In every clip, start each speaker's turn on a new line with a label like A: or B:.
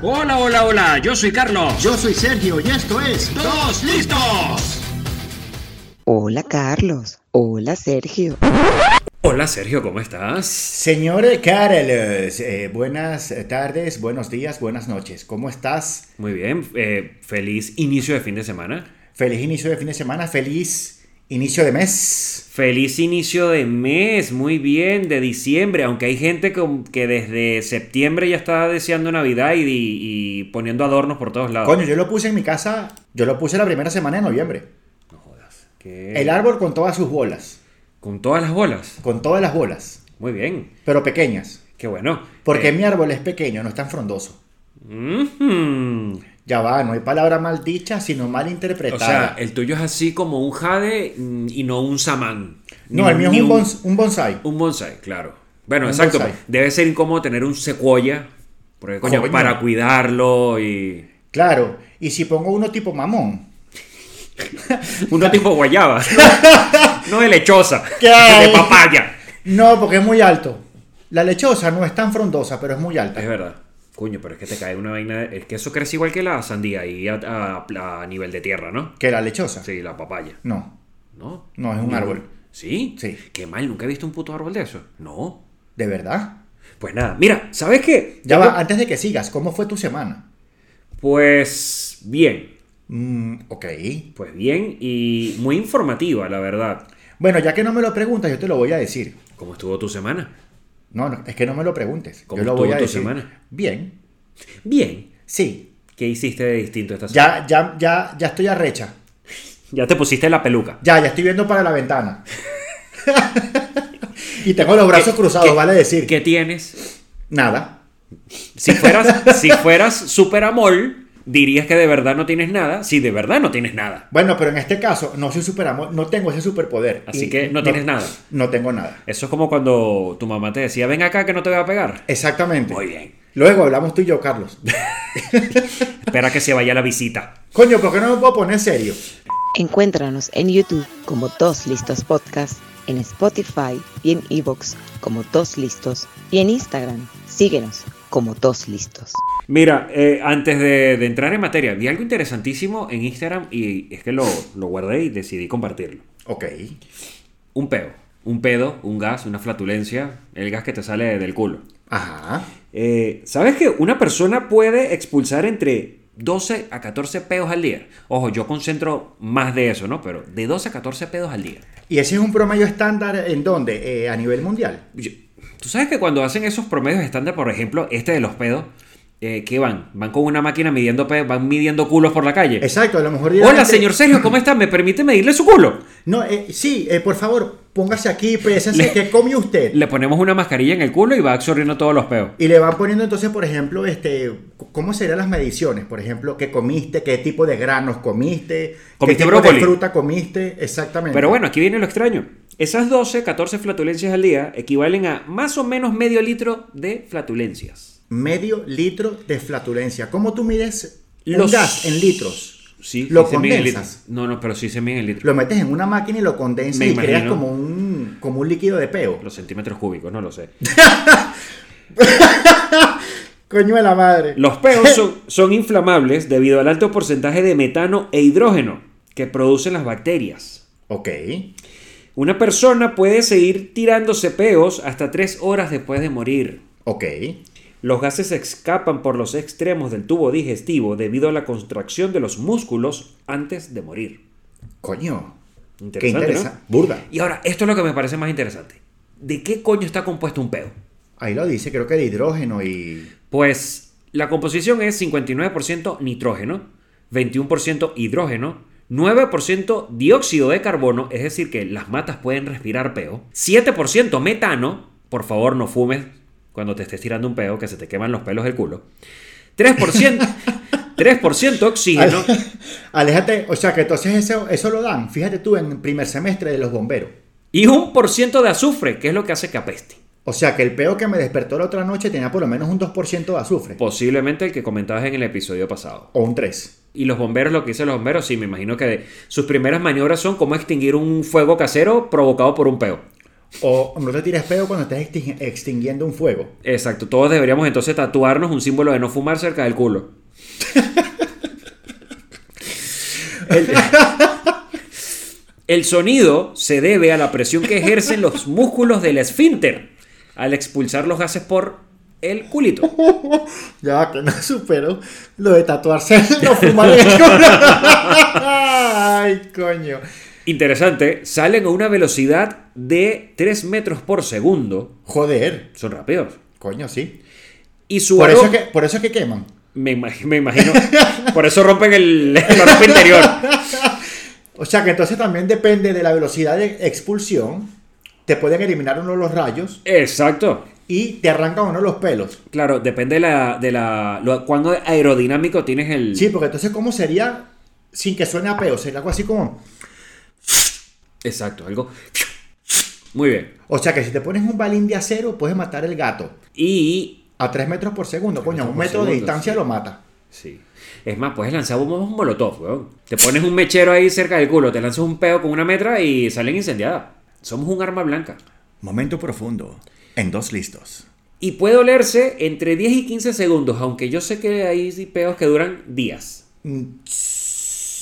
A: Hola, hola, hola, yo soy Carlos.
B: Yo soy Sergio y esto es
A: ¡Todos listos!
C: Hola Carlos, hola Sergio.
A: Hola Sergio, ¿cómo estás?
B: Señor Carol, eh, buenas tardes, buenos días, buenas noches. ¿Cómo estás?
A: Muy bien, eh, feliz inicio de fin de semana.
B: Feliz inicio de fin de semana, feliz inicio de mes.
A: Feliz inicio de mes, muy bien, de diciembre, aunque hay gente con- que desde septiembre ya está deseando Navidad y, y poniendo adornos por todos lados.
B: Coño, yo lo puse en mi casa, yo lo puse la primera semana de noviembre.
A: No jodas. ¿Qué?
B: El árbol con todas sus bolas,
A: Con todas las bolas.
B: con todas las bolas,
A: Muy bien,
B: pero pequeñas.
A: qué bueno.
B: Porque
A: Eh,
B: mi árbol es pequeño, no es tan frondoso.
A: mhm.
B: Ya va, no hay palabra mal dicha, sino mal interpretada.
A: O sea, el tuyo es así como un jade mm, y no un samán.
B: no,
A: Ni-
B: el mío
A: ni
B: es un, bons- un bonsai.
A: Un bonsai, claro. Bueno,
B: Un
A: exacto.
B: bonsai.
A: Debe ser incómodo tener un secuoya. Porque, coño,
B: Coño.
A: para cuidarlo y.
B: Claro, y si pongo uno tipo mamón,
A: Uno tipo guayaba. no de lechosa.
B: ¿Qué hay?
A: De papaya.
B: No, porque es muy alto. La lechosa no es tan frondosa, pero es muy alta.
A: Es verdad. Coño, pero es que te cae una vaina. Es que eso crece igual que la sandía ahí a, a- a nivel de tierra, ¿no?
B: ¿Que la lechosa?
A: Sí, la papaya.
B: No,
A: ¿No?
B: no, es un árbol.
A: ¿Sí?
B: Sí.
A: Qué mal, nunca he visto un puto árbol de eso. No.
B: ¿De verdad?
A: Pues nada, mira, ¿sabes qué?
B: Ya va, antes de que sigas, ¿cómo fue tu semana?
A: Pues bien,
B: Mm, ok.
A: pues bien y muy informativa, la verdad.
B: Bueno, ya que no me lo preguntas, yo te lo voy a decir.
A: ¿Cómo estuvo tu semana?
B: No, no, es que no me lo preguntes.
A: ¿Cómo
B: yo lo
A: estuvo
B: voy a
A: tu
B: decir.
A: semana?
B: Bien,
A: Bien.
B: sí.
A: ¿Qué hiciste de distinto esta semana?
B: Ya, ya, ya, ya estoy arrecha.
A: Ya te pusiste la peluca.
B: Ya, ya estoy viendo para la ventana. y tengo los brazos cruzados,
A: qué-
B: vale decir.
A: ¿Qué tienes?
B: Nada.
A: Si fueras, si fueras super amor, dirías que de verdad no tienes nada. Si de verdad no tienes nada.
B: Bueno, pero en este caso no soy superamo, no tengo ese superpoder.
A: Así
B: Y
A: que no tienes nada.
B: No tengo nada.
A: Eso es como cuando tu mamá te decía, ven acá que no te voy a pegar.
B: Exactamente.
A: Muy bien.
B: Luego hablamos tú y yo, Carlos.
A: Espera que se vaya la visita.
B: Coño, ¿por qué no me puedo poner serio?
C: Encuéntranos en YouTube como Dos Listos Podcast, en Spotify y en Evox como Dos Listos y en Instagram. Síguenos como Dos Listos.
A: Mira, eh, antes de, de entrar en materia, vi algo interesantísimo en Instagram y es que lo, lo guardé y decidí compartirlo.
B: Ok.
A: Un peo. Un pedo, un gas, una flatulencia, el gas que te sale del culo.
B: Ajá.
A: Eh, ¿Sabes que una persona puede expulsar entre 12 a 14 pedos al día? Ojo, yo concentro más de eso, ¿no? Pero de 12 a 14 pedos al día.
B: ¿Y ese es un promedio estándar en dónde? Eh, a nivel mundial.
A: Yo- Tú sabes que cuando hacen esos promedios estándar, por ejemplo, este de los pedos, eh, ¿qué van? Van con una máquina midiendo pedos, van midiendo culos por la calle.
B: Exacto, a lo mejor...
A: Hola,
B: directamente-
A: señor Sergio, ¿cómo está? ¿Me permite medirle su culo?
B: No, eh, sí, eh, por favor, póngase aquí, pésense,
A: Le-
B: ¿qué comió usted?
A: Le ponemos una mascarilla en el culo y va absorbiendo todos los pedos.
B: Y le van poniendo entonces, por ejemplo, este, ¿cómo serían las mediciones? Por ejemplo, ¿qué comiste? ¿Qué tipo de granos comiste?
A: ¿Comiste
B: ¿Qué tipo de
A: brócoli?
B: fruta comiste? Exactamente.
A: Pero bueno, aquí viene lo extraño. Esas 12, 14 flatulencias al día equivalen a más o menos medio litro de flatulencias.
B: Medio litro de flatulencia. ¿Cómo tú mides un
A: Los-
B: gas en litros?
A: Sí,
B: Lo
A: sí se miden en
B: condensas.
A: litro. No, no, pero sí se miden en litro.
B: Lo metes en una máquina y lo condensas
A: Me
B: y
A: imagino.
B: creas como un, como un líquido de peo.
A: Los centímetros cúbicos, no lo sé.
B: Coño de la madre.
A: Los peos son, son inflamables debido al alto porcentaje de metano e hidrógeno que producen las bacterias.
B: Ok.
A: Una persona puede seguir tirándose peos hasta 3 horas después de morir.
B: Ok.
A: Los gases escapan por los extremos del tubo digestivo debido a la contracción de los músculos antes de morir.
B: Coño. Qué
A: Interesante,
B: interesante.
A: ¿no?
B: Burda.
A: Y ahora, esto es lo que me parece más interesante. ¿De qué coño está compuesto un pedo?
B: Ahí lo dice, creo que de hidrógeno y...
A: Pues la composición es 59% nitrógeno, 21% hidrógeno, 9% dióxido de carbono, es decir, que las matas pueden respirar peo, 7% metano, por favor no fumes cuando te estés tirando un peo, que se te queman los pelos del culo, 3%, 3 oxígeno,
B: Aléjate, o sea que entonces eso, eso lo dan, fíjate tú, en primer semestre de los bomberos.
A: y 1% de azufre, que es lo que hace que apeste.
B: O sea que el peo que me despertó la otra noche tenía por lo menos un 2% de azufre.
A: Posiblemente el que comentabas en el episodio pasado.
B: o un 3.
A: Y los bomberos, lo que dicen los bomberos, sí, me imagino que sus primeras maniobras son cómo extinguir un fuego casero provocado por un peo.
B: O no te tires peo cuando estés extingui- extinguiendo un fuego.
A: Exacto, todos deberíamos entonces tatuarnos un símbolo de no fumar cerca del culo. El, el sonido se debe a la presión que ejercen los músculos del esfínter al expulsar los gases por el culito.
B: Ya que no supero lo de tatuarse, no fumar en el culo. Ay, coño.
A: Interesante, salen a una velocidad de 3 metros por segundo.
B: Joder,
A: Son rápidos.
B: coño, sí.
A: Y su
B: Por eso, es
A: aroma-
B: que, por eso es que queman.
A: me, imag- me imagino. Por eso rompen el, el aroma interior.
B: O sea que entonces también depende de la velocidad de expulsión. Te pueden eliminar uno de los rayos
A: Exacto.
B: y te arrancan uno de los pelos.
A: Claro, depende de la. De la lo- cuando aerodinámico tienes el.
B: Sí, porque entonces, ¿cómo sería sin que suene a peo? Sería algo así como.
A: Exacto, algo. Muy bien.
B: O sea que si te pones un balín de acero, puedes matar el gato.
A: Y.
B: A 3 metros por segundo, coño,
A: metros
B: un
A: por
B: metro de
A: segundo,
B: distancia
A: sí.
B: lo mata.
A: Sí. Es más, puedes lanzar un, un molotov, weón. Te pones un mechero ahí cerca del culo, te lanzas un peo con una metra y salen incendiadas. Somos un arma blanca.
B: Momento profundo. En dos listos.
A: Y puede olerse entre 10 y 15 segundos, aunque yo sé que hay peos que duran días.
B: Mm,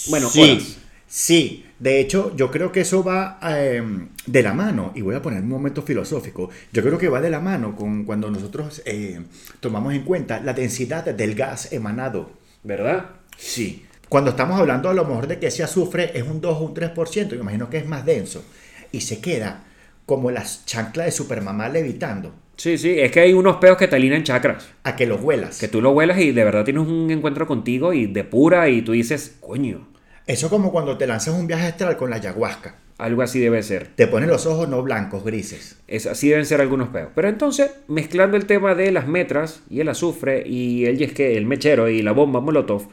A: Bueno,
B: sí.
A: horas.
B: Sí. De hecho, yo creo que eso va em, de la mano, y voy a poner un momento filosófico, yo creo que va de la mano con cuando nosotros eh, tomamos en cuenta la densidad del gas emanado.
A: ¿Verdad?
B: Sí. Cuando estamos hablando a lo mejor de que ese azufre es un 2 o un 3%, yo imagino que es más denso, y se queda como las chanclas de Supermamá levitando
A: Sí, sí. Es que hay unos peos que te alinean chakras.
B: a que los huelas.
A: Que tú lo huelas y de verdad tienes un encuentro contigo y depura y tú dices, coño,
B: Eso como cuando te lanzas un viaje astral con la ayahuasca.
A: algo así debe ser.
B: Te ponen los ojos no blancos, grises.
A: Es, así deben ser algunos peos. Pero entonces, mezclando el tema de las metras y el azufre y el yesque, el mechero y la bomba molotov,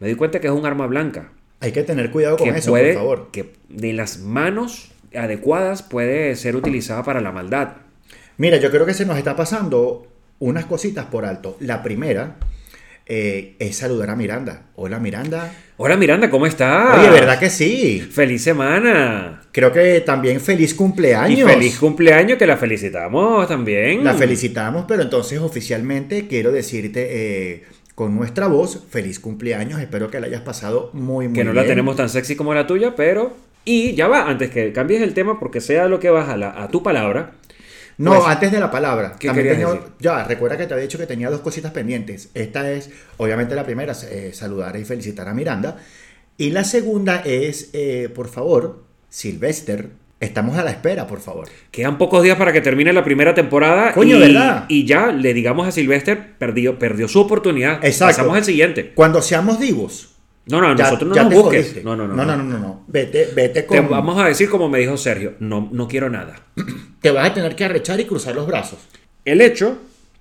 A: me di cuenta que es un arma blanca.
B: Hay que tener cuidado con
A: Que
B: eso,
A: puede,
B: por favor.
A: que de las manos adecuadas puede ser utilizada para la maldad.
B: Mira, yo creo que se nos está pasando unas cositas por alto. La primera eh, es saludar a Miranda. Hola, Miranda.
A: Hola Miranda, ¿cómo estás?
B: Oye, ¿verdad que sí?
A: ¡Feliz semana!
B: Creo que también feliz cumpleaños.
A: Y feliz cumpleaños que la felicitamos también.
B: La felicitamos, pero entonces oficialmente quiero decirte eh, con nuestra voz, feliz cumpleaños. Espero que la hayas pasado muy, muy
A: Que no la
B: bien.
A: tenemos tan sexy como la tuya, pero... Y ya va, antes que cambies el tema, porque sea lo que vas a, la- a tu palabra,
B: No,
A: Pues,
B: antes de la palabra.
A: ¿qué
B: también
A: querías
B: tenía-
A: decir?
B: ya, recuerda que te había dicho que tenía dos cositas pendientes. Esta es, obviamente, la primera, eh, saludar y felicitar a Miranda. Y la segunda es, eh, por favor, Sylvester, estamos a la espera, por favor.
A: quedan pocos días para que termine la primera temporada.
B: Coño,
A: y,
B: ¿verdad?
A: Y ya le digamos a Sylvester, perdió, perdió su oportunidad.
B: Exacto.
A: Pasamos al siguiente.
B: Cuando seamos divos,
A: No, no,
B: ya,
A: nosotros no
B: ya
A: nos
B: te
A: busques.
B: jodiste.
A: No, no, no.
B: no, no, no. Vete, vete
A: Te
B: con...
A: vamos a decir como me dijo Sergio, no, no quiero nada.
B: Te vas a tener que arrechar y cruzar los brazos.
A: El hecho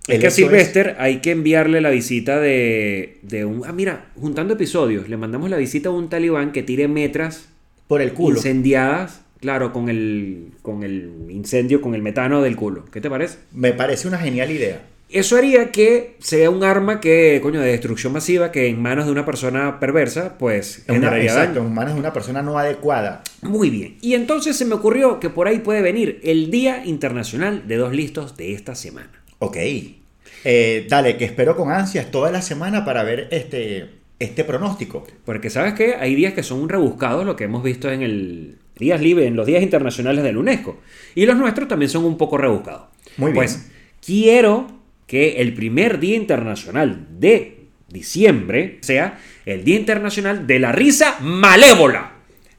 A: es
B: El
A: que a
B: hecho es-
A: Sylvester hay que enviarle la visita de, de un... Ah, mira, juntando episodios, le mandamos la visita a un talibán que tire metras
B: Por el culo.
A: incendiadas, claro, con el, con el incendio, con el metano del culo. ¿Qué te parece?
B: Me parece una genial idea.
A: Eso haría que sea un arma que, coño, de destrucción masiva, que en manos de una persona perversa, pues
B: En Una,
A: generaría
B: exacto,
A: daño.
B: en manos de una persona no adecuada.
A: Muy bien. Y entonces se me ocurrió que por ahí puede venir el Día Internacional de Dos Listos de esta semana.
B: Ok. Eh, dale, que espero con ansias toda la semana para ver este, este pronóstico.
A: Porque sabes que hay días que son rebuscados, lo que hemos visto en el días libre, en los días internacionales del UNESCO. Y los nuestros también son un poco rebuscados.
B: Muy bien.
A: Pues quiero que el primer día internacional de diciembre sea el Día Internacional de la Risa Malévola.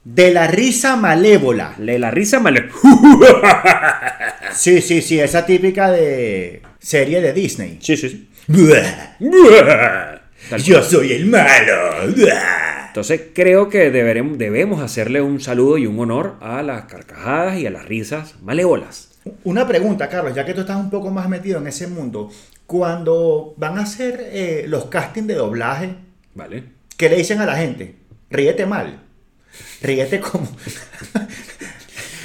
B: De la risa malévola.
A: De la risa malévola.
B: Sí, sí, sí, esa típica de serie de Disney.
A: Sí, sí, sí.
B: Buah,
A: Tal
B: Yo soy el malo. Buah.
A: Entonces creo que deberem- debemos hacerle un saludo y un honor a las carcajadas y a las risas malévolas.
B: Una pregunta, Carlos, ya que tú estás un poco más metido en ese mundo, cuando van a hacer eh, los castings de doblaje,
A: ¿Vale?
B: ¿qué le dicen a la gente? Ríete mal. Ríete como...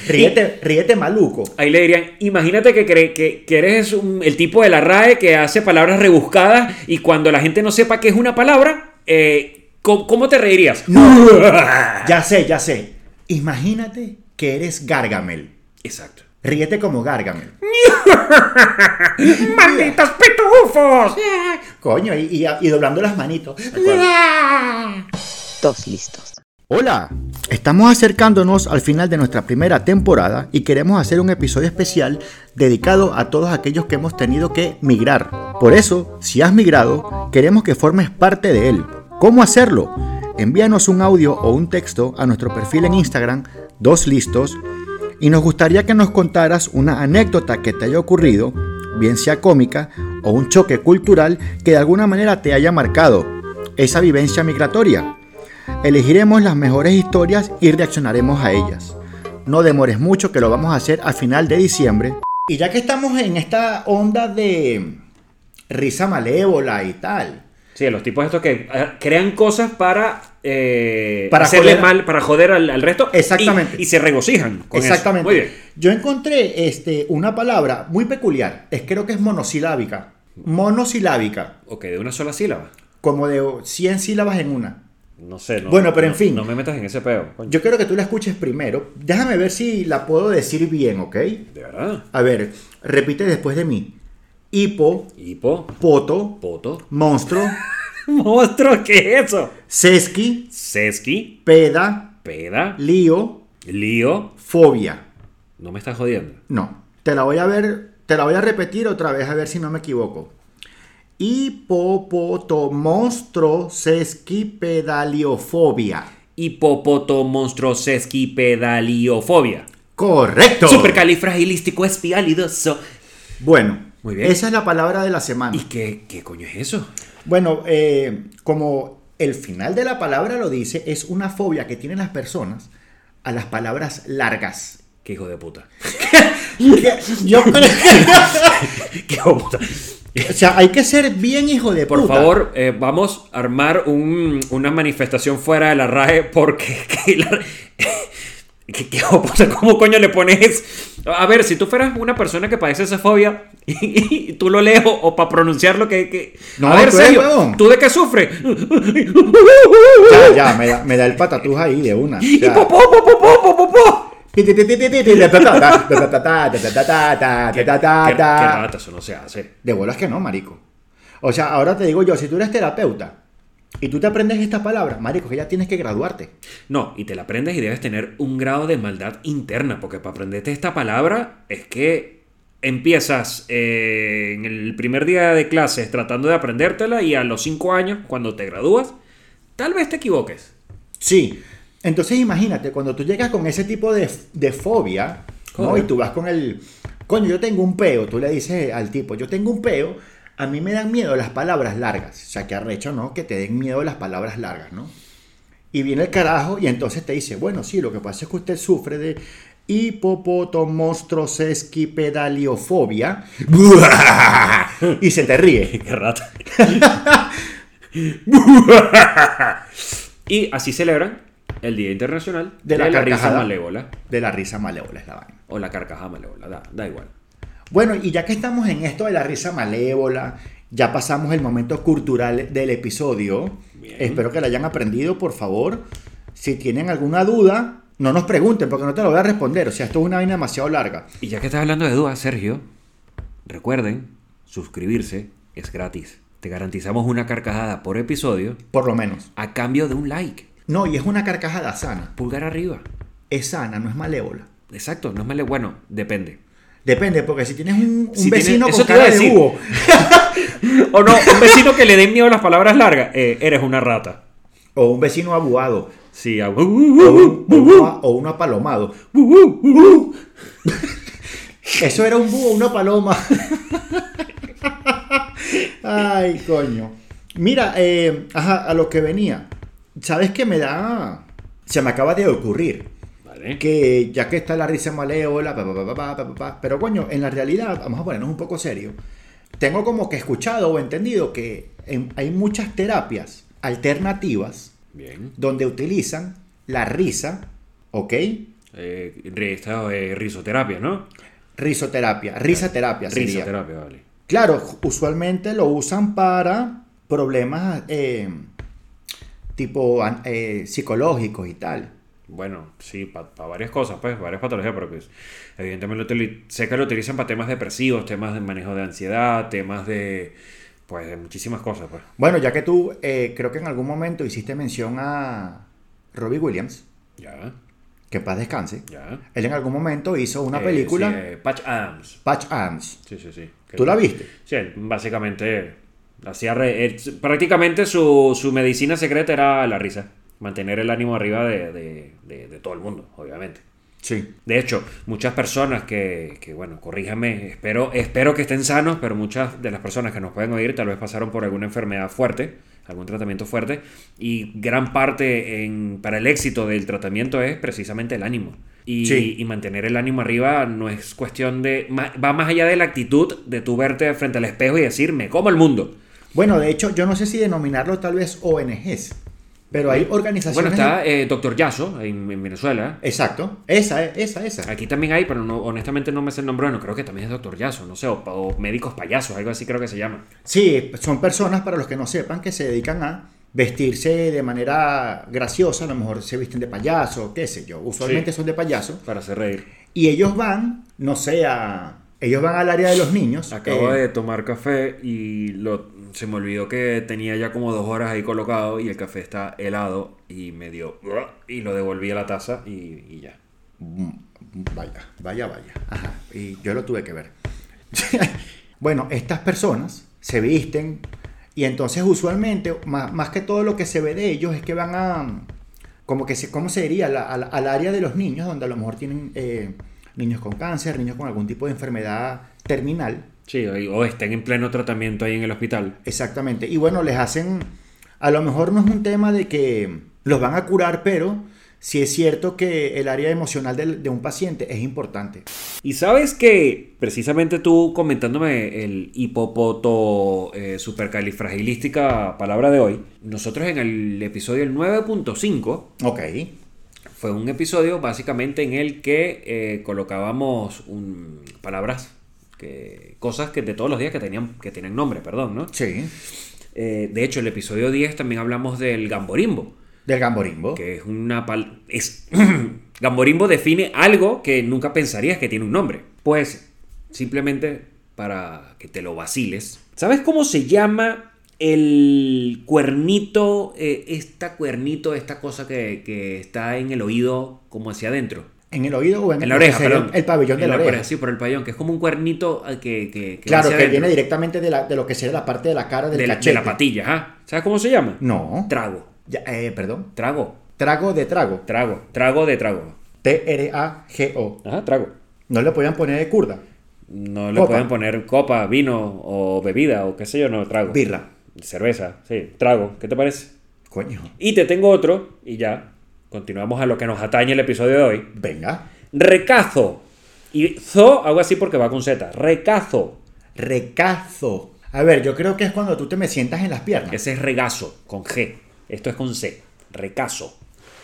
B: ríete, ríete maluco.
A: Ahí le dirían, imagínate que, cre- que, que eres un- el tipo de la RAE que hace palabras rebuscadas y cuando la gente no sepa qué es una palabra, eh, ¿cómo, cómo te reirías?
B: Ya sé, ya sé. Imagínate que eres Gargamel.
A: Exacto.
B: Ríete como Gargamel.
A: ¡Malditos pitufos!
B: Coño, y, y- y doblando las manitos.
C: Todos listos.
B: Hola, estamos acercándonos al final de nuestra primera temporada y queremos hacer un episodio especial dedicado a todos aquellos que hemos tenido que migrar. Por eso, si has migrado, queremos que formes parte de él. ¿Cómo hacerlo? Envíanos un audio o un texto a nuestro perfil en Instagram, dos listos, y nos gustaría que nos contaras una anécdota que te haya ocurrido, bien sea cómica o un choque cultural que de alguna manera te haya marcado esa vivencia migratoria. Elegiremos las mejores historias y reaccionaremos a ellas. No demores mucho que lo vamos a hacer a final de diciembre. Y ya que estamos en esta onda de risa malévola y tal,
A: Sí, los tipos estos que eh, crean cosas para, eh,
B: Para
A: hacerle
B: joder.
A: mal, para joder al, al resto. y-
B: Exactamente.
A: Y, se regocijan con eso.
B: Exactamente.
A: Muy bien.
B: Yo encontré este, una palabra muy peculiar. Es, creo que es monosilábica. Monosilábica.
A: Ok, de una sola sílaba.
B: Como de 100 sílabas en una.
A: No sé. No,
B: Bueno, pero en
A: no-
B: fin.
A: No me metas en ese peo. coño.
B: Yo quiero que tú la escuches primero. Déjame ver si la puedo decir bien, ¿ok?
A: De verdad.
B: A ver, repite después de mí. Hipo,
A: Hipo,
B: poto,
A: poto.
B: monstruo,
A: Monstruo, ¿qué es eso?
B: sesqui,
A: Sesqui,
B: peda,
A: peda,
B: lío,
A: lío.
B: fobia.
A: No me estás jodiendo.
B: No, te la voy a ver, te la voy a repetir otra vez a ver si no me equivoco. Hipopoto, monstruo, sesqui, pedaliofobia.
A: Hipopoto, monstruo, sesqui, peda, liofobia.
B: Correcto.
A: Supercalifragilístico, espialidoso.
B: Bueno,
A: Muy bien.
B: esa es la palabra de la semana.
A: ¿Y qué, qué coño es eso?
B: Bueno, eh, como el final de la palabra lo dice, es una fobia que tienen las personas a las palabras largas.
A: Qué hijo de puta.
B: Yo
A: Qué hijo de puta.
B: O sea, hay que ser bien hijo de
A: Por
B: puta.
A: favor, eh, vamos a armar un- una manifestación fuera de la RAE porque... Que la- que- que- o sea, ¿Cómo coño le pones? A ver, si tú fueras una persona que padece esa fobia y, tú lo lees o, para pronunciar lo que... que-
B: No,
A: a ver,
B: tú eres
A: Sergio,
B: huevón.
A: ¿tú de qué sufres?
B: Ya, ya, me da, me da el patatús ahí de una. O
A: Y
B: sea,
A: popó, popó, popó, popó.
B: Ti, ti, ti, ti, ti, ti, ti, ta, ta, ta, ta, ta, ta, ta, ta, ta, ta,
A: Qué,
B: ta, ta, ta,
A: qué- qué
B: ta.
A: rata, eso no se hace.
B: De bolas que no, marico. O sea, ahora te digo yo, si tú eres terapeuta y tú te aprendes estas palabras, marico, que ya tienes que graduarte.
A: No, y te la aprendes y debes tener un grado de maldad interna, porque para aprenderte esta palabra es que empiezas eh, en el primer día de clases tratando de aprendértela y a los 5 años, cuando te gradúas, tal vez te equivoques.
B: Sí. Entonces imagínate, cuando tú llegas con ese tipo de, de fobia, ¿no?
A: Joder.
B: Y tú vas con el, coño, yo tengo un peo, tú le dices al tipo, yo tengo un peo, a mí me dan miedo las palabras largas. O sea, que arrecho, ¿no? Que te den miedo las palabras largas, ¿no? Y viene el carajo y entonces te dice, bueno, sí, lo que pasa es que usted sufre de hipopotomostrosesquipedaliofobia. Y se te ríe.
A: Qué rata. y así celebran el Día Internacional
B: De la
A: Risa
B: Carcajada.
A: Malévola.
B: De la risa malévola es la vaina.
A: O la carcajada malévola, da, da igual.
B: Bueno, y ya que estamos en esto de la risa malévola, ya pasamos el momento cultural del episodio.
A: Bien.
B: Espero que la hayan aprendido, por favor. Si tienen alguna duda, no nos pregunten porque no te lo voy a responder. O sea, esto es una vaina demasiado larga.
A: Y ya que estás hablando de dudas, Sergio, recuerden, suscribirse es gratis. Te garantizamos una carcajada por episodio
B: Por lo menos.
A: a cambio de un like.
B: No, y es una carcajada sana.
A: Pulgar arriba.
B: Es sana, no es malévola.
A: Exacto, no es malo. Bueno, depende.
B: Depende, porque si tienes un, un
A: Si
B: vecino
A: tienes- eso
B: con
A: te iba a
B: cara de
A: decir.
B: búho,
A: O no, un vecino que le den miedo a las palabras largas. eh, eres una rata.
B: o un vecino abuado,
A: Sí, ah, uh, a-
B: o, un- o uno,
A: uh,
B: a- o uno apalomado. Eso era un búho, una paloma. Ay, coño. Mira, eh, ajá, a lo que venía. ¿Sabes qué me da? Se me acaba de ocurrir
A: Vale.
B: que ya que está la risa malévola, pa, pa, pa, pa, pa, pa, pa, pa, pero coño, en la realidad, vamos a ponernos un poco serio. Tengo como que escuchado o entendido que en- hay muchas terapias alternativas
A: Bien.
B: donde utilizan la risa, ¿ok?
A: Eh, re- esta, eh, risoterapia, ¿no?
B: Risoterapia, risaterapia sería.
A: Risoterapia, vale.
B: Claro, usualmente lo usan para problemas eh, tipo an- eh, psicológicos y tal.
A: Bueno, sí, para varias cosas, pues, varias patologías, pero pues, evidentemente lo utili- sé que lo utilizan para temas depresivos, temas de manejo de ansiedad, temas de, pues, de muchísimas cosas, pues.
B: Bueno, ya que tú eh, creo que en algún momento hiciste mención a Robbie Williams,
A: Ya,
B: que en paz descanse.
A: ya.
B: Él en algún momento hizo una
A: Eh,
B: película,
A: sí, eh, Patch Adams.
B: Patch Adams.
A: Sí, sí, sí.
B: ¿Tú la viste?
A: Sí, él básicamente hacía re- él- prácticamente su, su medicina secreta era la risa. Mantener el ánimo arriba de, de- de- de todo el mundo, obviamente.
B: Sí.
A: De hecho, muchas personas que, que, bueno, corríjame, espero, espero que estén sanos, pero muchas de las personas que nos pueden oír tal vez pasaron por alguna enfermedad fuerte, algún tratamiento fuerte, y gran parte en- para el éxito del tratamiento es precisamente el ánimo. Y,
B: Sí.
A: y mantener el ánimo arriba no es cuestión de... ma- Va más allá de la actitud de tú verte frente al espejo y decir, me como el mundo.
B: Bueno, de hecho, yo no sé si denominarlo tal vez ONGs, pero hay
A: Bueno,
B: organizaciones.
A: está eh, Doctor Yasso en, en Venezuela.
B: Exacto. Esa, eh, esa, esa.
A: Aquí también hay, pero no, honestamente no me sé el nombre. Bueno, creo que también es Doctor Yasso, no sé, o, o médicos payasos, algo así creo que se llama.
B: Sí, son personas, para los que no sepan, que se dedican a vestirse de manera graciosa. A lo mejor se visten de payaso, qué sé yo. Usualmente
A: Sí.
B: son de payaso.
A: Para hacer reír.
B: Y ellos van, no sé, a. Ellos van al área de los niños.
A: Acabo
B: eh,
A: de tomar café y lo, se me olvidó que tenía ya como dos horas ahí colocado y el café está helado y me dio... Y lo devolví a la taza y, y ya.
B: Mm, Vaya, vaya, vaya. Ajá. Y yo lo tuve que ver. bueno, estas personas se visten y entonces usualmente, más, más que todo lo que se ve de ellos es que van a, como que se, ¿cómo se diría? A la- a la- al área de los niños, donde a lo mejor tienen eh, niños con cáncer, niños con algún tipo de enfermedad terminal.
A: Sí, o o estén en pleno tratamiento ahí en el hospital.
B: Exactamente. Y bueno, les hacen. A lo mejor no es un tema de que los van a curar, pero sí es cierto que el área emocional del- de un paciente es importante.
A: Y sabes que precisamente tú comentándome el hipopoto eh, supercalifragilística palabra de hoy, nosotros en el episodio el 9.5
B: Ok.
A: fue un episodio básicamente en el que eh, colocábamos un- palabras, que, cosas que de todos los días que tenían, que tienen nombre, perdón, ¿no?
B: Sí.
A: Eh, de hecho, el episodio 10 también hablamos del gamborimbo,
B: Del gamborimbo.
A: que es una pal es Gamborimbo define algo que nunca pensarías que tiene un nombre. Pues simplemente para que te lo vaciles. ¿Sabes cómo se llama el cuernito, eh, esta cuernito, esta cosa que, que está en el oído como hacia adentro?
B: ¿En el oído o en,
A: En
B: el
A: la oreja,
B: sería
A: perdón.
B: El pabellón de
A: En
B: la, oreja.
A: Sí, por el pabellón, que es como un cuernito eh, que, que, que va
B: claro, que
A: hacia
B: viene
A: adentro.
B: directamente de, la- de lo que sería la parte de la cara del
A: de la, de
B: cachete.
A: la patilla. ajá. ¿Sabes cómo se llama?
B: No.
A: Trago,
B: Ya, eh, perdón.
A: trago,
B: Trago de trago.
A: trago, trago de trago.
B: T-R-A-G-O.
A: Ajá, trago.
B: No le podían poner de curda.
A: No le
B: Copa.
A: pueden poner copa, vino o bebida o qué sé yo, no, trago.
B: Birra.
A: Cerveza, sí, trago. ¿Qué te parece?
B: Coño.
A: Y te tengo otro y ya. Continuamos a lo que nos atañe el episodio de hoy.
B: Venga.
A: Recazo. Y zo, hago así porque va con Z. Recazo.
B: Recazo. A ver, yo creo que es cuando tú te me sientas en las piernas.
A: Ese es regazo, con G. Esto es con C. Recazo.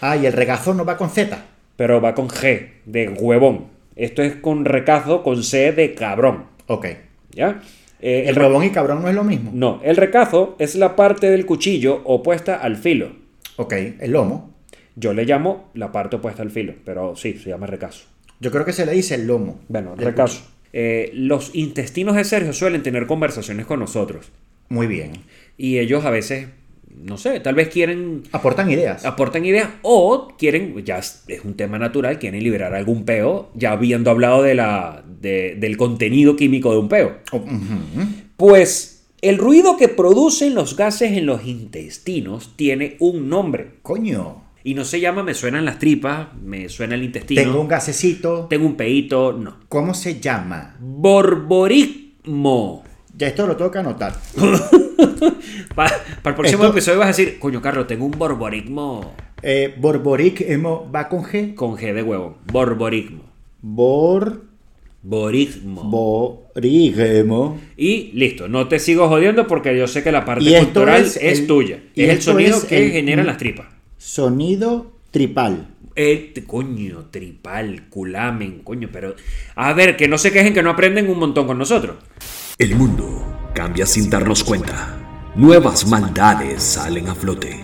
B: Ah, y el regazo no va con Z.
A: Pero va con G, de huevón. Esto es con recazo, con C de cabrón.
B: Ok.
A: ¿Ya? Eh,
B: El robón y cabrón no es lo mismo.
A: No, el recazo es la parte del cuchillo opuesta al filo.
B: Ok. El lomo.
A: Yo le llamo la parte opuesta al filo, pero sí, se llama recazo.
B: Yo creo que se le dice el lomo.
A: Bueno,
B: Del
A: recazo. Eh, los intestinos de Sergio suelen tener conversaciones con nosotros.
B: cuchillo. Muy bien.
A: Y ellos a veces, no sé, tal vez quieren,
B: Aportan ideas.
A: aportan ideas o quieren, ya es es un tema natural, quieren liberar algún peo, ya habiendo hablado de la, de- del contenido químico de un peo.
B: Oh, ujú.
A: Pues el ruido que producen los gases en los intestinos tiene un nombre.
B: Coño.
A: Y no se llama, me suenan las tripas, me suena el intestino.
B: Tengo un gasecito.
A: Tengo un peito, no.
B: ¿Cómo se llama?
A: Borborismo.
B: Ya esto lo tengo que anotar.
A: Pa- Para, el próximo
B: Esto-
A: episodio vas a decir, coño, Carlos, tengo un borborismo
B: Eh, Borboric emo, va con G.
A: con G de huevo. Borborismo. Borismo.
B: Borborígemo.
A: y listo, no te sigo jodiendo porque yo sé que la parte
B: Y esto
A: cultural es,
B: es el-
A: tuya.
B: y
A: es el
B: esto
A: sonido
B: es
A: que
B: el- Mm.
A: generan las tripas.
B: Sonido tripal.
A: El, coño, tripal, culamen, coño, pero... A ver, que no se quejen que no aprenden un montón con nosotros.
D: El mundo cambia sin darnos cuenta. Nuevas maldades salen a flote.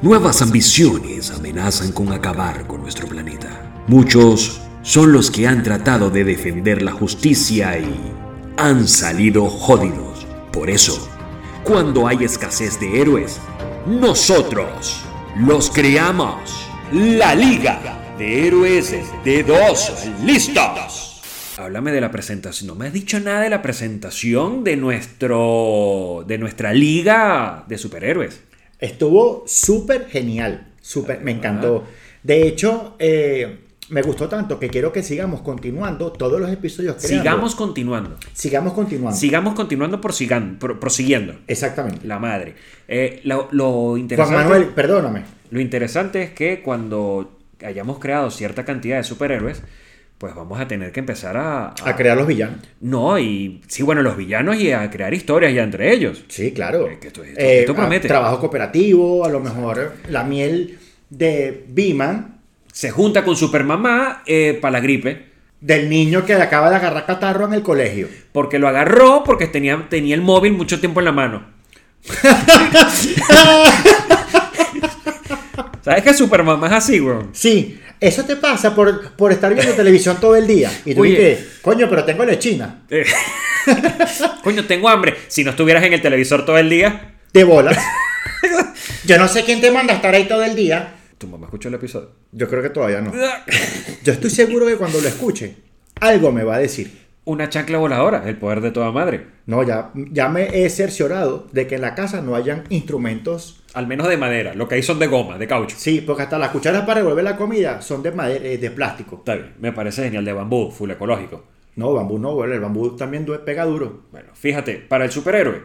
D: Nuevas ambiciones amenazan con acabar con nuestro planeta. Muchos son los que han tratado de defender la justicia y han salido jodidos. Por eso, cuando hay escasez de héroes, nosotros los creamos. La Liga de Héroes de Dos Listos.
A: Háblame de la presentación. No me has dicho nada de la presentación de nuestro. de nuestra liga de superhéroes.
B: Estuvo súper genial, súper, me encantó. De hecho, eh, me gustó tanto que quiero que sigamos continuando todos los episodios. que
A: Sigamos continuando.
B: sigamos continuando.
A: Sigamos continuando prosigan- pro- prosiguiendo.
B: Exactamente.
A: La madre. Eh, lo, lo
B: Juan
A: interesante,
B: Manuel, perdóname.
A: lo interesante es que cuando hayamos creado cierta cantidad de superhéroes, pues vamos a tener que empezar a. a-
B: A crear los villanos.
A: No, y. Sí, bueno, los villanos y a crear historias ya entre ellos.
B: Sí, claro.
A: Eh, que esto- esto-
B: Eh,
A: esto promete.
B: a- Trabajo cooperativo, a lo mejor la miel de Biman,
A: Se junta con Supermamá eh, para la gripe.
B: del niño que acaba de agarrar catarro en el colegio.
A: Porque lo agarró porque tenía, tenía el móvil mucho tiempo en la mano. ¿Sabes que Supermamá es así, weón?
B: Sí, eso te pasa por, por estar viendo televisión todo el día. Y tú
A: Oye.
B: dices, coño, pero tengo lechina.
A: Eh, Coño, tengo hambre. Si no estuvieras en el televisor todo el día.
B: De bolas. Yo no sé quién te manda a estar ahí todo el día.
A: Tu mamá escuchó el episodio.
B: Yo creo que todavía no. Yo estoy seguro que cuando lo escuche, algo me va a decir.
A: Una chancla voladora, el poder de toda madre.
B: No, ya, ya me he cerciorado de que en la casa no hayan instrumentos
A: Al menos de madera. Lo que hay son de goma, de caucho.
B: Sí, porque hasta las cucharas para revolver la comida son de madera, eh, de plástico.
A: Está bien, me parece genial de bambú, full ecológico.
B: No, bambú no, bueno, el bambú también due- pega duro.
A: Bueno, fíjate, para el superhéroe,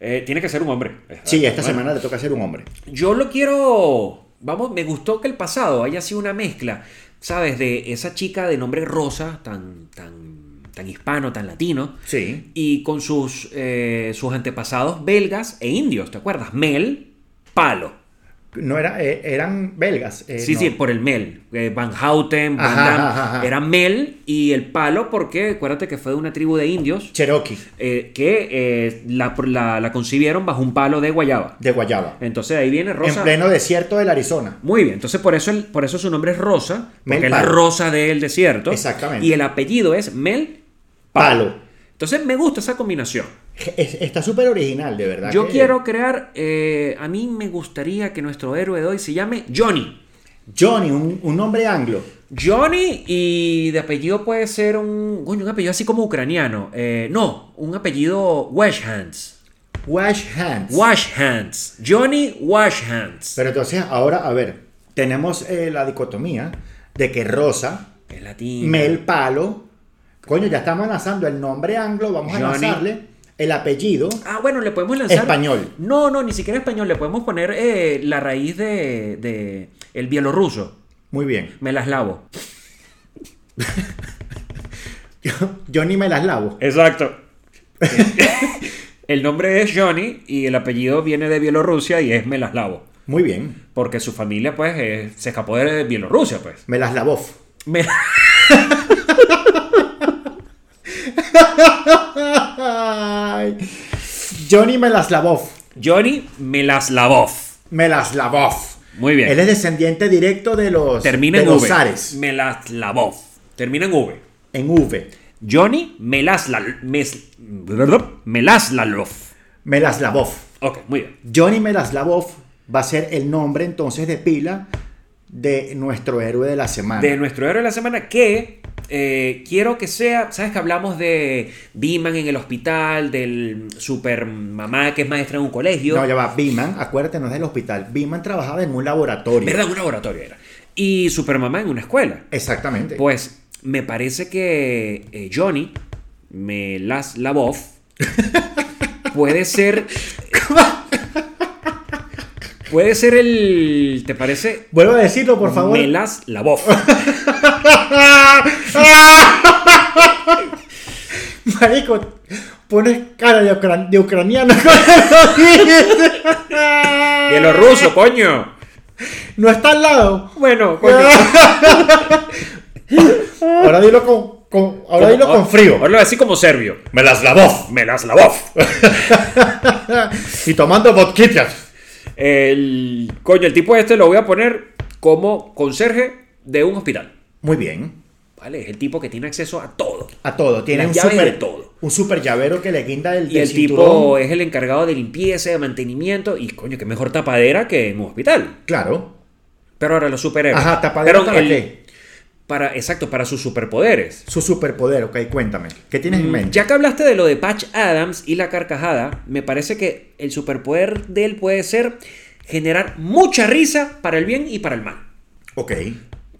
A: eh, tiene que ser un hombre.
B: Sí, esta
A: Ah, Bueno,
B: semana le toca ser un hombre.
A: Yo lo quiero. Vamos, me gustó que el pasado haya sido una mezcla, ¿sabes? De esa chica de nombre Rosa, tan, tan, tan hispano, tan latino,
B: Sí.
A: y con sus, eh, sus antepasados belgas e indios, ¿te acuerdas? Mel, palo.
B: No era, eh, eran belgas. eh,
A: sí,
B: no.
A: sí, por el Mel. eh, Van Houten, Van
B: Ajá,
A: Damme,
B: ajá, ajá.
A: Era Mel y el palo, porque acuérdate que fue de una tribu de indios
B: Cherokee,
A: eh, que eh, la, la- la concibieron bajo un palo de guayaba.
B: de Guayaba.
A: Entonces de ahí viene Rosa.
B: En pleno desierto del Arizona.
A: Muy bien, entonces por eso, el- por eso su nombre es Rosa, porque
B: Mel
A: es la
B: Palo.
A: rosa del desierto.
B: Exactamente.
A: Y el apellido es Mel Palo.
B: Palo.
A: Entonces me gusta esa combinación.
B: Es- está súper original, de verdad.
A: Yo
B: que-
A: quiero crear, eh, a mí me gustaría que nuestro héroe de hoy se llame Johnny.
B: Johnny, un, un hombre anglo.
A: Johnny y de apellido puede ser un, coño, un apellido así como ucraniano. Eh, no, un apellido Wash Hands.
B: Wash hands.
A: Wash Hands. Johnny Wash Hands.
B: Pero entonces, ahora, a ver, tenemos eh, la dicotomía de que Rosa
A: Es latín.
B: Mel Palo. Coño, ya estamos lanzando el nombre anglo, vamos a
A: Johnny.
B: lanzarle el apellido.
A: Ah, bueno, le podemos lanzar.
B: Español.
A: No, no, ni siquiera español. Le podemos poner eh, la raíz de, de el bielorruso.
B: Muy bien.
A: Me las lavo.
B: Johnny me las lavo.
A: Exacto. el nombre es Johnny y el apellido viene de Bielorrusia y es Melaslavo.
B: Muy bien.
A: Porque su familia, pues, eh, se escapó de Bielorrusia, pues.
B: Me las lavó.
A: Me-
B: Ay. Johnny me las lavó.
A: Johnny Melaslavov.
B: Me las lavó.
A: Muy bien.
B: Él es descendiente directo de los,
A: Termina
B: de
A: en
B: los
A: V.
B: zares.
A: Melaslavov. Termina en V.
B: En V.
A: Johnny Melasla- Mes- Melaslalov.
B: Me las lavó.
A: Ok, muy bien.
B: Johnny Melaslavov va a ser el nombre entonces de pila de nuestro héroe de la semana.
A: de nuestro héroe de la semana que eh, quiero que sea, sabes que hablamos de Biman en el hospital, del super mamá que es maestra en un colegio,
B: No, ya va. Biman, acuérdate, no es del hospital. Biman trabajaba en un laboratorio.
A: ¿verdad? Un laboratorio era. Y super mamá en una escuela.
B: Exactamente.
A: Pues me parece que eh, Johnny Melas Labov puede ser puede ser el ¿te parece?
B: Vuelvo a decirlo, por favor.
A: Melas Labov.
B: Marico, pones cara de, ucran- de ucraniano cuando lo dices.
A: Bielorruso, coño.
B: No está al lado.
A: Bueno, coño.
B: Ahora dilo con, con- ahora dilo con frío.
A: Ahora lo voy a decir como serbio. Me las lavó. Me las lavó.
B: y tomando vodka.
A: El, coño, el tipo este lo voy a poner como conserje de un hospital.
B: Muy bien.
A: ¿Vale? Es el tipo que tiene acceso a todo.
B: A todo. Tiene
A: Las
B: un
A: llaves
B: super,
A: de todo.
B: un super llavero que le guinda el,
A: Y
B: del
A: el tipo
B: cinturón.
A: es el encargado de limpieza, de mantenimiento. Y coño, qué mejor tapadera que en un hospital.
B: Claro.
A: Pero ahora los superhéroes.
B: Ajá, tapadera
A: Eh, Pero
B: para
A: el-
B: qué?
A: Para, exacto, para sus superpoderes.
B: Su superpoder, ok, cuéntame. ¿Qué tienes en mente?
A: Mm, Ya que hablaste de lo de Patch Adams y la carcajada, me parece que el superpoder de él puede ser generar mucha risa para el bien y para el mal.
B: Ok,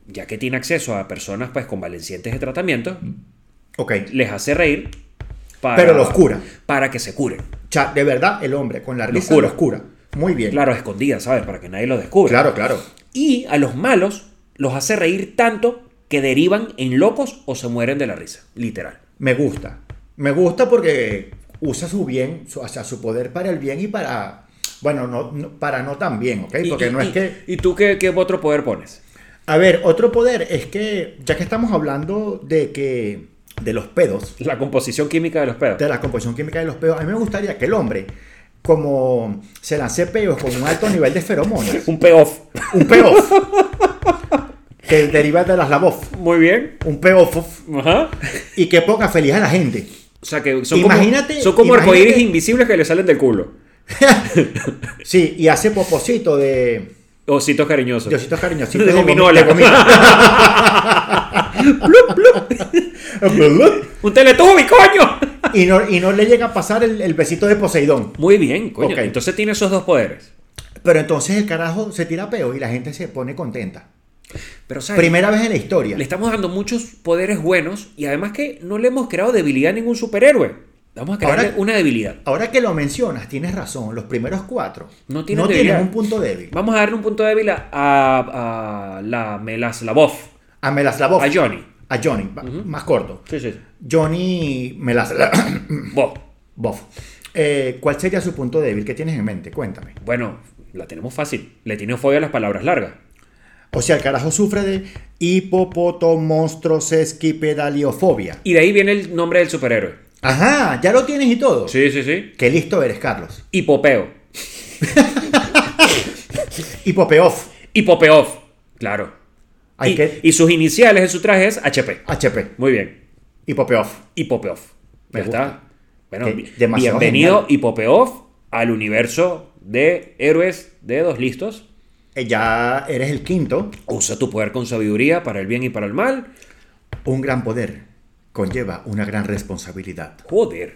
A: Ya que tiene acceso a personas pues convalecientes de tratamiento,
B: ok.
A: les hace reír. Para,
B: Pero los cura.
A: Para que se curen.
B: Cha- de verdad, el hombre con la risa
A: cura.
B: los cura. Muy bien.
A: Claro, escondidas, ¿sabes? Para que nadie los descubra.
B: claro. claro.
A: Y a los malos los hace reír tanto que derivan en locos o se mueren de la risa. Literal.
B: Me gusta. Me gusta porque usa su bien, su, o sea, su poder para el bien y para. Bueno, no, no- para no tan bien, ¿ok?
A: Y-
B: Porque
A: y-
B: no
A: y-
B: es que.
A: ¿Y tú qué, qué otro poder pones?
B: A ver, otro poder es que, ya que estamos hablando de que. de los pedos,
A: La composición química de los pedos.
B: de la composición química de los pedos, a mí me gustaría que el hombre, como se lance peos con un alto nivel de feromonas,
A: Un payoff.
B: un peof, que deriva de las labof,
A: Muy bien.
B: un peof,
A: Ajá.
B: y que ponga feliz a la gente.
A: O sea que son
B: Imagínate-
A: como, son como
B: imagínate-
A: arcoíris invisibles que le salen del culo.
B: Sí, y hace poposito de.
A: Ositos cariñosos.
B: De ositos cariñositos.
A: De
B: de
A: gominola.
B: gomi- de gominola.
A: ¡Un teletubi, coño!
B: y, no, y no le llega a pasar el, el besito de Poseidón.
A: Muy bien, coño.
B: Ok.
A: Entonces tiene esos dos poderes.
B: Pero entonces el carajo se tira peo y la gente se pone contenta.
A: Pero, ¿sabes?
B: Primera vez en la historia.
A: Le estamos dando muchos poderes buenos y además que no le hemos creado debilidad a ningún superhéroe. Vamos a crearle
B: Ahora-
A: una debilidad.
B: Ahora que lo mencionas, tienes razón. Los primeros cuatro
A: No tienen
B: tienen
A: debilidad.
B: un punto débil.
A: Vamos a darle un punto débil a, a, a la Melaslavov.
B: A Melaslavov.
A: A Johnny.
B: A Johnny, va- más corto.
A: Sí, sí.
B: Johnny Melaslavov.
A: Vos.
B: Eh, ¿Cuál sería su punto débil? ¿Qué tienes en mente? Cuéntame.
A: Bueno, la tenemos fácil. Le tiene fobia a las palabras largas.
B: O sea, el carajo sufre de hipopoto monstruos esquipedaliofobia.
A: Y de ahí viene el nombre del superhéroe.
B: Ajá, ya lo tienes y todo.
A: Sí, sí, sí.
B: Qué listo eres, Carlos.
A: Hipopeo.
B: Hipopeof.
A: Hipopeof. Claro.
B: Hay
A: y,
B: que-
A: y sus iniciales en su traje es HP.
B: HP.
A: Muy bien.
B: Hipopeof.
A: Hipopeof.
B: Me
A: Ya
B: gusta.
A: está. Bueno,
B: Qué-
A: bi-
B: demasiado
A: bienvenido
B: genial.
A: Hipopeof al universo de héroes de dos listos.
B: Eh, Ya eres el quinto.
A: Usa tu poder con sabiduría para el bien y para el mal.
B: Un gran poder conlleva una gran responsabilidad.
A: Joder.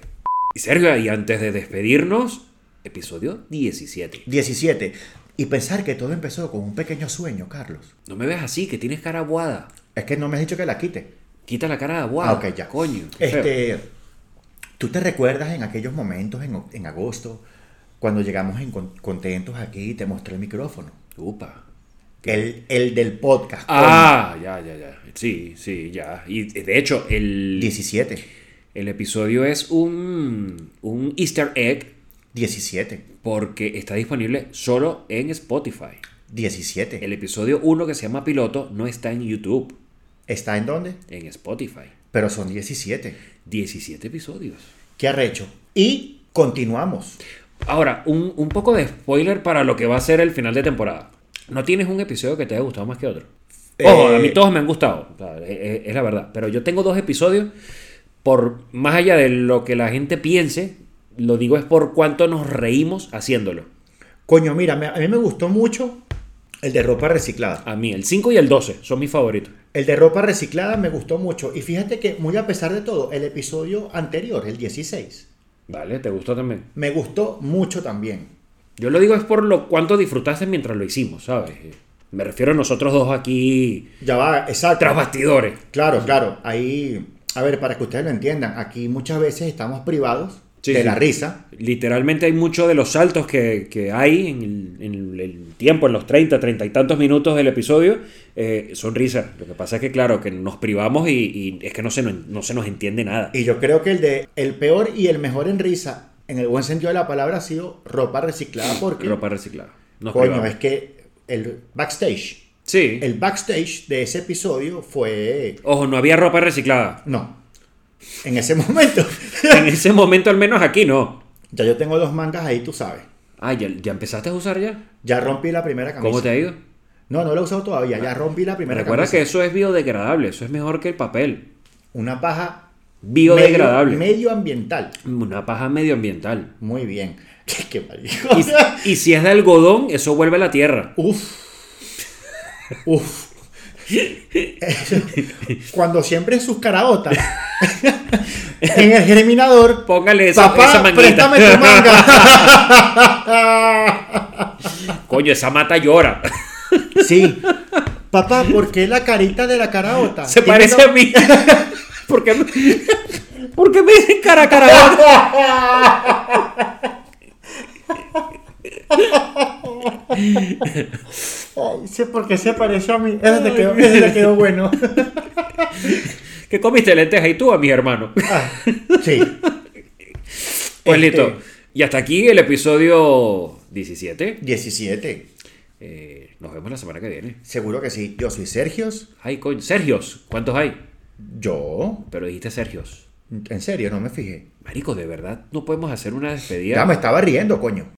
A: Y Sergio, y antes de despedirnos, episodio 17.
B: 17. Y pensar que todo empezó con un pequeño sueño, Carlos.
A: No me veas así, que tienes cara aguada.
B: Es que no me has dicho que la quite.
A: Quita la cara de aguada.
B: Ah, ok, ya.
A: Coño. qué feo.
B: Este, ¿Tú te recuerdas en aquellos momentos, en, en agosto, cuando llegamos en con- contentos aquí y te mostré el micrófono?
A: Upa.
B: El, el del podcast. con
A: Ah, ya, ya, ya. Sí, sí, ya. Y eh, de hecho, el,
B: 17.
A: el episodio es un, un Easter egg
B: 17.
A: porque está disponible solo en Spotify.
B: 17.
A: El episodio 1 que se llama Piloto no está en YouTube,
B: ¿Está en dónde?
A: en Spotify.
B: Pero son 17.
A: 17 episodios.
B: ¿Qué arrecho? Y continuamos.
A: Ahora, un, un poco de spoiler para lo que va a ser el final de temporada. No tienes un episodio que te haya gustado más que otro. Ojo,
B: Eh,
A: a mí todos me han gustado. O sea, e- e- Es, la verdad. Pero yo tengo dos episodios. Por más allá de lo que la gente piense, lo digo es por cuánto nos reímos haciéndolo.
B: Coño, mira, me- a mí me gustó mucho el de ropa reciclada.
A: A mí, el 5 y el 12 son mis favoritos.
B: El de ropa reciclada me gustó mucho. Y fíjate que, muy a pesar de todo, el episodio anterior, el 16,
A: Vale, ¿te gustó también?
B: me gustó mucho también.
A: Yo lo digo es por lo cuánto disfrutaste mientras lo hicimos, ¿sabes? Me refiero a nosotros dos aquí
B: Ya va, exacto.
A: tras bastidores.
B: Claro, claro. Ahí, a ver, para que ustedes lo entiendan, aquí muchas veces estamos privados
A: Sí,
B: de
A: sí.
B: la risa.
A: Literalmente hay mucho de los saltos que, que hay en el, en el- el tiempo, en los 30, 30 y tantos minutos del episodio, eh, son risas. Lo que pasa es que, claro, que nos privamos y, y es que no se, nos- no se nos entiende nada.
B: Y yo creo que el de el peor y el mejor en risa, en el buen sentido de la palabra, ha sido ropa reciclada porque
A: Ropa reciclada. Nos
B: coño,
A: privamos.
B: es que el backstage,
A: Sí.
B: el backstage de ese episodio fue
A: Ojo, no había ropa reciclada.
B: no. En ese momento
A: En ese momento, al menos aquí, no.
B: ya yo tengo dos mangas ahí, tú sabes.
A: Ah, ¿ya, ya empezaste a usar ya?
B: Ya rompí la primera camisa.
A: ¿Cómo te ha ido? Ah.
B: No, no lo he usado todavía. Ya rompí la primera
A: Recuerda
B: camisa.
A: que eso es biodegradable, eso es mejor que el papel.
B: Una paja
A: Biodegradable.
B: medio- medioambiental.
A: Una paja medioambiental.
B: Muy bien. Qué marico.
A: Y, y si es de algodón, eso vuelve a la tierra.
B: Uf. Uf. Cuando siembren sus caraotas en el germinador,
A: Póngale esa,
B: papá,
A: esa manguita.
B: préstame tu manga.
A: Coño, esa mata llora.
B: sí. Papá, ¿por qué la carita de la caraota?
A: Se
B: Tiene
A: parece a
B: una-
A: mí. ¿Por qué, me, por qué me dicen cara cara?
B: Ay, sé por qué se parece a mí. Ese te quedó, ese te quedó bueno.
A: ¿Qué comiste lenteja y tú a mis hermanos?
B: Ah, sí.
A: Pues
B: Este,
A: listo. Y hasta aquí el episodio 17.
B: 17.
A: Eh, nos vemos la semana que viene.
B: Seguro que sí. Yo soy Sergio.
A: Ay, coño. Sergios, ¿cuántos hay?
B: Yo.
A: Pero dijiste Sergios.
B: En serio, no me fijé.
A: Marico, de verdad, no podemos hacer una despedida.
B: Ya me estaba riendo, coño.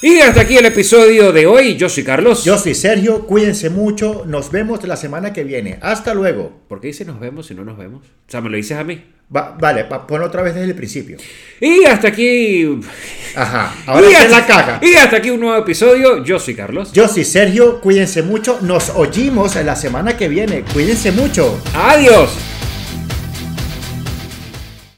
A: Y hasta aquí el episodio de hoy. Yo soy Carlos.
B: Yo soy Sergio, cuídense mucho, nos vemos la semana que viene. Hasta luego.
A: ¿Por qué dices nos vemos si no nos vemos? O sea, me lo dices a mí.
B: Va- vale, pa- ponlo otra vez desde el principio.
A: Y hasta aquí.
B: Ajá, ahora
A: y
B: que
A: hasta-
B: la caga.
A: Y hasta aquí un nuevo episodio. Yo soy Carlos.
B: Yo soy Sergio, cuídense mucho, nos oímos la semana que viene. Cuídense mucho.
A: Adiós.